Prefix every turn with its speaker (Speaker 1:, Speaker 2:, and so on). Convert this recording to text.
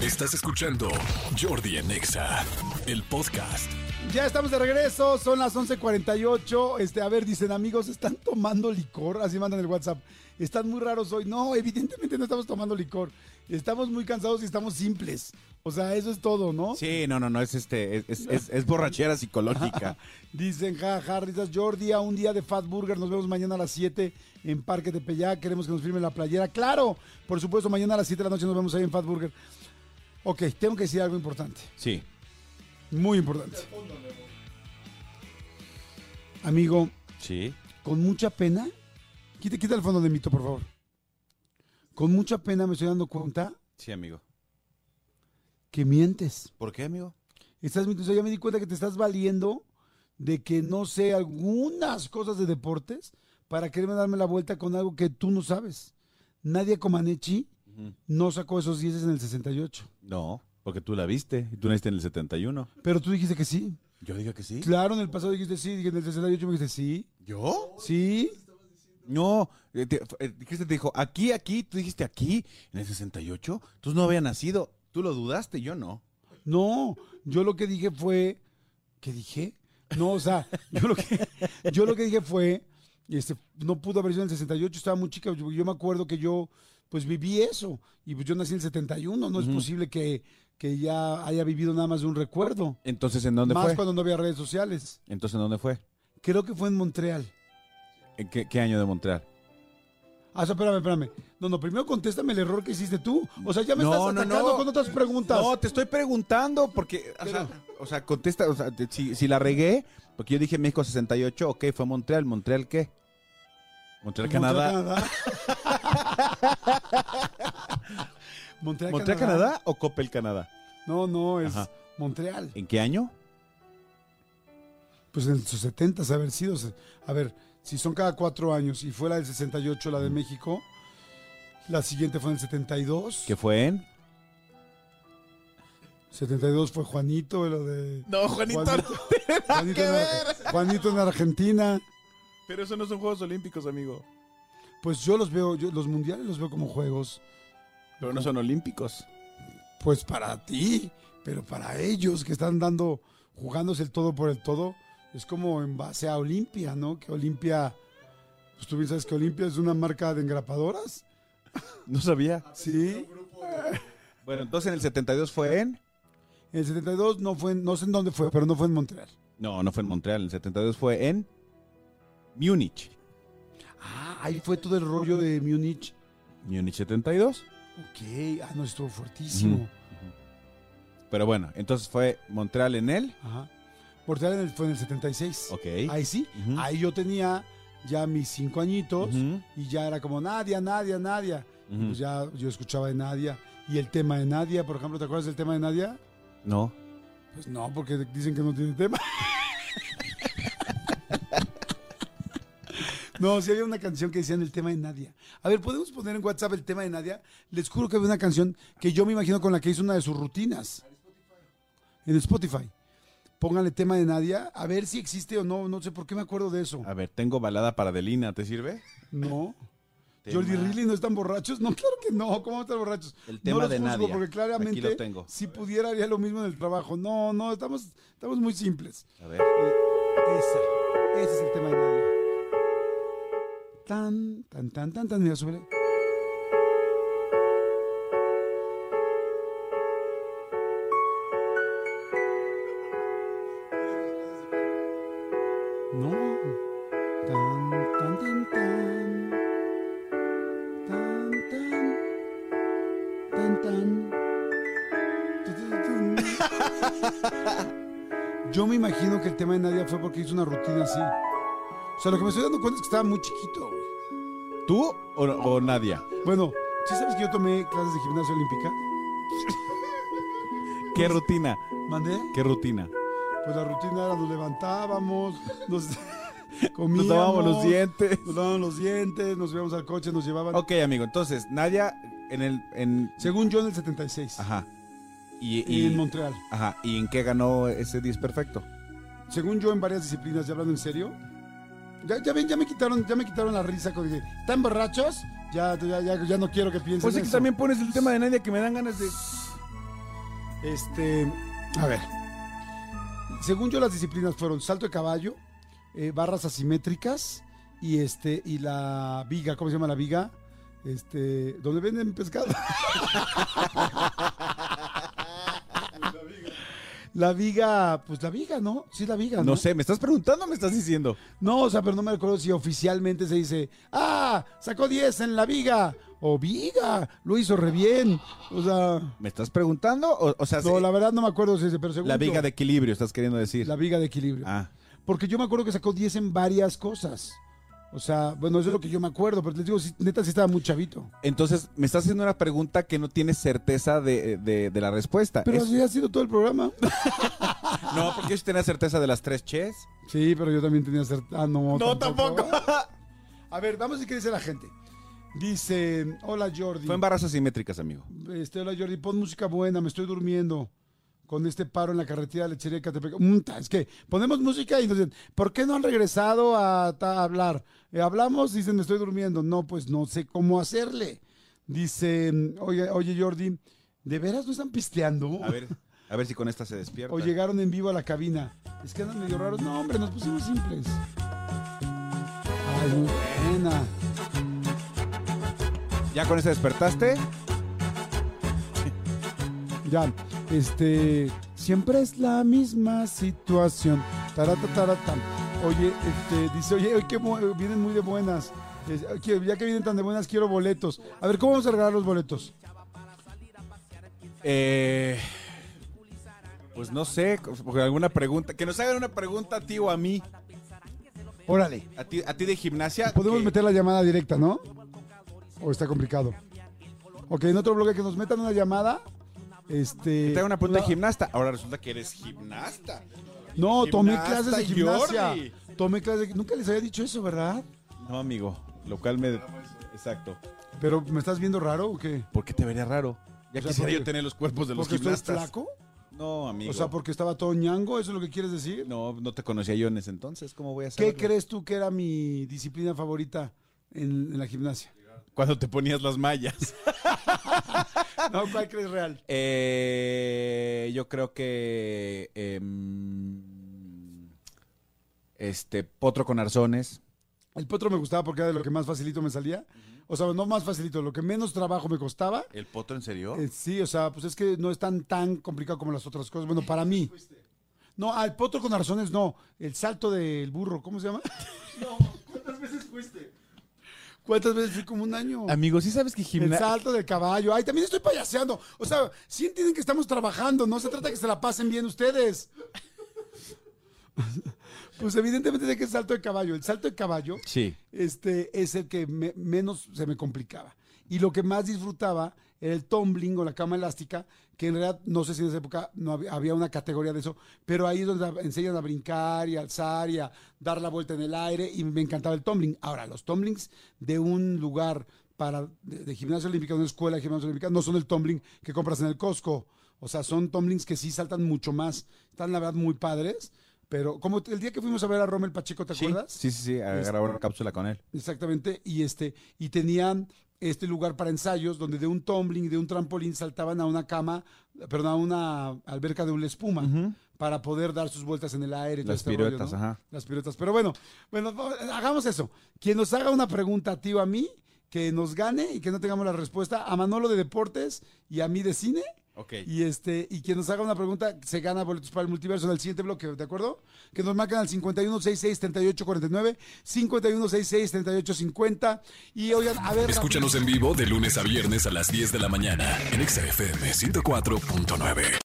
Speaker 1: Estás escuchando Jordi en Exa, el podcast.
Speaker 2: Ya estamos de regreso, son las 11:48. Este, a ver, dicen amigos, ¿están tomando licor? Así mandan el WhatsApp. Están muy raros hoy. No, evidentemente no estamos tomando licor. Estamos muy cansados y estamos simples. O sea, eso es todo, ¿no?
Speaker 3: Sí, no, no, no, es este, es, es, es- es borrachera psicológica.
Speaker 2: Dicen, jaja, risas, Jordi, a un día de Fat Burger. Nos vemos mañana a las 7 en Parque de Tepeyac. Queremos que nos firmen la playera. Claro, por supuesto, mañana a las 7 de la noche nos vemos ahí en Fat Burger. Ok, tengo que decir algo importante.
Speaker 3: Sí.
Speaker 2: Muy importante. Amigo,
Speaker 3: Sí.
Speaker 2: con mucha pena, quita, quita el fondo de mito, por favor. Con mucha pena me estoy dando cuenta
Speaker 3: Sí, amigo.
Speaker 2: que mientes.
Speaker 3: ¿Por qué, amigo?
Speaker 2: Estás mintiendo. O sea, ya me di cuenta que te estás valiendo de que no sé algunas cosas de deportes para quererme darme la vuelta con algo que tú no sabes. Nadia Comaneci no sacó esos 10 en el 68.
Speaker 3: No, porque tú la viste y tú naciste en el 71.
Speaker 2: Pero tú dijiste que sí.
Speaker 3: Yo digo que sí.
Speaker 2: Claro, en el pasado dijiste sí, en el 68 me dijiste sí.
Speaker 3: ¿Yo?
Speaker 2: Sí.
Speaker 3: No, eh, te- eh, Cristian te dijo, aquí, aquí, tú dijiste aquí, en el 68. Tú no había nacido. Tú lo dudaste, yo no.
Speaker 2: No, yo lo que dije fue. ¿Qué dije? No, o sea, yo lo que, yo lo que dije fue. Este, no pudo haber sido en el 68, estaba muy chica. Yo, yo me acuerdo que yo, pues viví eso. Y pues yo nací en el 71. No es posible que, que ya haya vivido nada más de un recuerdo.
Speaker 3: Entonces, ¿en dónde
Speaker 2: Más
Speaker 3: fue?
Speaker 2: cuando no había redes sociales.
Speaker 3: Entonces, ¿en dónde fue?
Speaker 2: Creo que fue en Montreal.
Speaker 3: ¿En qué, qué año de Montreal?
Speaker 2: Ah, o sea, espérame, espérame. No, no, primero contéstame el error que hiciste tú. O sea, ya me
Speaker 3: No,
Speaker 2: estás
Speaker 3: no,
Speaker 2: atacando
Speaker 3: no.
Speaker 2: con otras preguntas.
Speaker 3: No, te estoy preguntando porque, o, sea, o sea, contesta, o sea, te- si, si la regué, porque yo dije México 68, ok, fue Montreal, Montreal qué? Montreal, Canadá.
Speaker 2: Canadá. Montreal,
Speaker 3: ¿Montreal, Canadá o Coppel, Canadá?
Speaker 2: No, no, es
Speaker 3: Ajá.
Speaker 2: Montreal.
Speaker 3: ¿En qué año?
Speaker 2: Pues en sus 70 haber sido. o sea, A ver, si son cada cuatro años y fue la del 68 la de México, la siguiente fue en el 72.
Speaker 3: ¿Qué fue en?
Speaker 2: 72 fue Juanito, lo de.
Speaker 3: No,
Speaker 2: Juanito, Juanito en Ar- Juanito en Argentina.
Speaker 3: Pero eso no son Juegos Olímpicos, amigo.
Speaker 2: Pues yo los veo, yo los mundiales los veo como juegos.
Speaker 3: Pero no son olímpicos.
Speaker 2: Pues para ti, pero para ellos que están dando, jugándose el todo por el todo, es como en base a Olimpia, ¿no? Que Olimpia, pues tú bien sabes que Olimpia es una marca de engrapadoras,
Speaker 3: No sabía.
Speaker 2: ¿sí?
Speaker 3: Bueno, entonces en el 72 fue en...
Speaker 2: En el 72 no fue, en- no sé en dónde fue, pero no fue en Montreal.
Speaker 3: No, no fue en Montreal, en el 72 fue en... Múnich.
Speaker 2: Ah, ahí fue todo el rollo de Múnich.
Speaker 3: Múnich 72.
Speaker 2: Ok, ah, no, estuvo fuertísimo.
Speaker 3: Pero bueno, entonces fue Montreal en él.
Speaker 2: Ajá. Montreal en el- fue en el 76.
Speaker 3: Ok.
Speaker 2: Ahí sí,
Speaker 3: Ujú.
Speaker 2: ahí yo tenía ya mis cinco añitos.
Speaker 3: Ujú.
Speaker 2: Y ya era como Nadia, Nadia, Nadia. Y
Speaker 3: Ujú.
Speaker 2: pues ya yo escuchaba de Nadia. Y el tema de Nadia, por ejemplo, ¿te acuerdas del tema de Nadia?
Speaker 3: No.
Speaker 2: Pues no, porque dicen que no tiene tema. No, sí había una canción que decían el tema de Nadia. A ver, ¿podemos poner en WhatsApp el tema de Nadia? Les juro que había una canción que yo me imagino con la que hizo una de sus rutinas. En Spotify. Pónganle tema de Nadia. A ver si existe o no. No sé por qué me acuerdo de eso.
Speaker 3: A ver, tengo balada para Delina, ¿te sirve?
Speaker 2: No.
Speaker 3: Tema.
Speaker 2: Jordi Riley no están borrachos. No, claro que no. ¿Cómo van a estar borrachos?
Speaker 3: El tema
Speaker 2: no los
Speaker 3: de
Speaker 2: juzgo,
Speaker 3: Nadia.
Speaker 2: Porque claramente,
Speaker 3: Aquí lo tengo.
Speaker 2: si pudiera, haría lo mismo en el trabajo. No, no, estamos, estamos muy simples.
Speaker 3: A ver.
Speaker 2: Esa. Ese es el tema de Nadia. Tan, tan, tan, tan, tan. Mira, súbele. No. Tan, tan, tan, tan. Tan, tan. Tan, tan. Tu, tu, tu, tu. Yo me imagino que el tema de Nadia fue porque hizo una rutina así. O sea, lo que me estoy dando cuenta es que estaba muy chiquito. güey.
Speaker 3: ¿Tú o, o Nadia?
Speaker 2: Bueno, ¿sí sabes que yo tomé clases de gimnasia olímpica?
Speaker 3: ¿Qué rutina?
Speaker 2: ¿Mandé?
Speaker 3: ¿Qué rutina?
Speaker 2: Pues la rutina era nos levantábamos, nos
Speaker 3: Nos
Speaker 2: comíamos.
Speaker 3: dábamos los dientes.
Speaker 2: Nos lavábamos los dientes, nos subíamos al coche, nos llevaban.
Speaker 3: Ok, amigo, entonces, Nadia en el... En...
Speaker 2: Según yo en el 76.
Speaker 3: Ajá. Y,
Speaker 2: Y
Speaker 3: y-
Speaker 2: en Montreal.
Speaker 3: Ajá. ¿Y en qué ganó ese 10 perfecto?
Speaker 2: Según yo en varias disciplinas, ya hablando en serio. Ya, ya ven, ya me quitaron, ya me quitaron la risa con que están borrachos. Ya, ya, ya, ya no quiero que piensen
Speaker 3: Pues es que
Speaker 2: eso.
Speaker 3: también pones el tema de Nadia que me dan ganas de...
Speaker 2: Este, a ver. Según yo, las disciplinas fueron salto de caballo, eh, barras asimétricas y este y la viga, ¿cómo se llama la viga? Este, donde venden pescado. La viga, pues la viga, ¿no? Sí, la viga, ¿no?
Speaker 3: No sé, ¿me estás preguntando o me estás diciendo?
Speaker 2: No, o sea, pero no me recuerdo si oficialmente se dice, ah, sacó 10 en la viga, o viga, lo hizo re bien. O sea,
Speaker 3: ¿Me estás preguntando? O, o sea,
Speaker 2: no,
Speaker 3: Ah, sí,
Speaker 2: la verdad no me acuerdo si ese, pero según
Speaker 3: la
Speaker 2: yo,
Speaker 3: viga de equilibrio, estás queriendo decir.
Speaker 2: la viga de equilibrio.
Speaker 3: Ah,
Speaker 2: Porque yo me acuerdo que sacó 10 en varias cosas. O sea, bueno, eso es lo que yo me acuerdo, pero les digo, sí, neta sí estaba muy chavito.
Speaker 3: entonces me estás haciendo una pregunta que no tienes certeza de, de- de la respuesta.
Speaker 2: Pero
Speaker 3: Es-
Speaker 2: así ha sido todo el programa.
Speaker 3: No, porque yo sí tenía certeza de las tres ches.
Speaker 2: Sí, pero yo también tenía certeza. Ah, no. A ver, vamos a ver qué dice la gente. Dice, hola Jordi.
Speaker 3: Fue embarazos simétricas, amigo.
Speaker 2: Este, hola Jordi, pon música buena, me estoy durmiendo con este paro en la carretera de lechería de Catepec. Munta, es que ponemos música y nos dicen, ¿por qué no han regresado a, ta- a hablar? Eh, hablamos, dicen, me estoy durmiendo. No, pues no sé cómo hacerle. Dice, mm, oye, oye Jordi, ¿de veras no están pisteando?
Speaker 3: A ver, a ver si con esta se despierta.
Speaker 2: O llegaron en vivo a la cabina. Es que andan medio raros. No, hombre, nos pusimos simples. Ay, muy buena.
Speaker 3: ¿ya con esta despertaste?
Speaker 2: Ya, este, siempre es la misma situación. Tarata, tarata. Oye, este, dice, oye, hoy que mu- vienen muy de buenas. Es- que- Ya que vienen tan de buenas, quiero boletos. A ver, ¿cómo vamos a regalar los boletos?
Speaker 3: Eh, pues no sé, porque alguna pregunta. Que nos hagan una pregunta a ti o a mí.
Speaker 2: Órale.
Speaker 3: A ti, a ti de gimnasia.
Speaker 2: Podemos
Speaker 3: que-
Speaker 2: meter la llamada directa, ¿no? O está complicado. Ok, en otro bloque que nos metan una llamada. Este.
Speaker 3: que te haga una pregunta
Speaker 2: la-
Speaker 3: de gimnasta. Ahora resulta que eres gimnasta.
Speaker 2: No, tomé
Speaker 3: Gimnasta,
Speaker 2: clases de gimnasia.
Speaker 3: Jordi.
Speaker 2: Tomé clases de... Nunca les había dicho eso, ¿verdad?
Speaker 3: No, amigo. Lo cual me. Exacto.
Speaker 2: Pero, ¿me estás viendo raro o qué?
Speaker 3: ¿Por qué te vería raro?
Speaker 2: O
Speaker 3: Ya
Speaker 2: sea,
Speaker 3: quisiera
Speaker 2: porque-
Speaker 3: yo tener los cuerpos de los
Speaker 2: ¿Porque estoy
Speaker 3: gimnastas.
Speaker 2: flaco?
Speaker 3: No, amigo.
Speaker 2: O sea, porque estaba todo ñango, ¿eso es lo que quieres decir?
Speaker 3: No, no te conocía yo en ese entonces. ¿Cómo voy a
Speaker 2: ¿Qué
Speaker 3: saber?
Speaker 2: crees tú que era mi disciplina favorita en, en la gimnasia?
Speaker 3: Cuando te ponías las mallas.
Speaker 2: No, ¿cuál crees real?
Speaker 3: Eh, yo creo que. em, este, potro con arzones.
Speaker 2: El potro me gustaba porque era de lo que más facilito me salía. O sea, no más facilito, lo que menos trabajo me costaba.
Speaker 3: ¿El potro en serio?
Speaker 2: Eh, sí, o sea, pues es que no es tan, tan complicado como las otras cosas. Bueno, para mí. No, al potro con arzones no. El salto del burro, ¿cómo se llama?
Speaker 4: ¿Cuántas veces fuiste?
Speaker 2: ¿Cuántas veces fui como un año?
Speaker 3: Amigo, ¿sí sabes que
Speaker 2: El
Speaker 3: gimnasia.
Speaker 2: salto del caballo. Ay, también estoy payaseando. O sea, sí entienden que estamos trabajando. No se trata que se la pasen bien ustedes. Pues evidentemente sé que es salto de caballo. El salto de caballo
Speaker 3: Sí.
Speaker 2: este, es el que me- menos se me complicaba. Y lo que más disfrutaba era el tumbling o la cama elástica, que en realidad no sé si en esa época no había, había una categoría de eso, pero ahí es donde a- enseñan a brincar y alzar y a dar la vuelta en el aire y me encantaba el tumbling. Ahora, los tumblings de un lugar para de, de gimnasia olímpica, de una escuela de gimnasia olímpica, no son el tumbling que compras en el Costco. O sea, son tumblings que sí saltan mucho más. Están la verdad muy padres, pero como el día que fuimos a ver a Rommel Pacheco, ¿te
Speaker 3: Sí,
Speaker 2: acuerdas?
Speaker 3: sí, sí, sí, a
Speaker 2: Este-
Speaker 3: grabar una cápsula con él.
Speaker 2: Exactamente, y este, y tenían este lugar para ensayos donde de un tumbling, de un trampolín saltaban a una cama, perdón, a una alberca de una espuma para poder dar sus vueltas en el aire. y todo
Speaker 3: Las
Speaker 2: este rollo,
Speaker 3: piruetas,
Speaker 2: ¿no?
Speaker 3: ajá.
Speaker 2: Las piruetas, pero bueno, bueno, va- hagamos eso. Quien nos haga una pregunta, tío, a mí, que nos gane y que no tengamos la respuesta, a Manolo de deportes y a mí de cine.
Speaker 3: Ok.
Speaker 2: Y este, y quien nos haga una pregunta se gana boletos para el multiverso en el siguiente bloque, ¿de acuerdo? Que nos marcan al 5166-3849, 5166-3850. Y oigan, a ver.
Speaker 1: Escúchanos en vivo de lunes a viernes a las 10 de la mañana en Exa FM 104.9.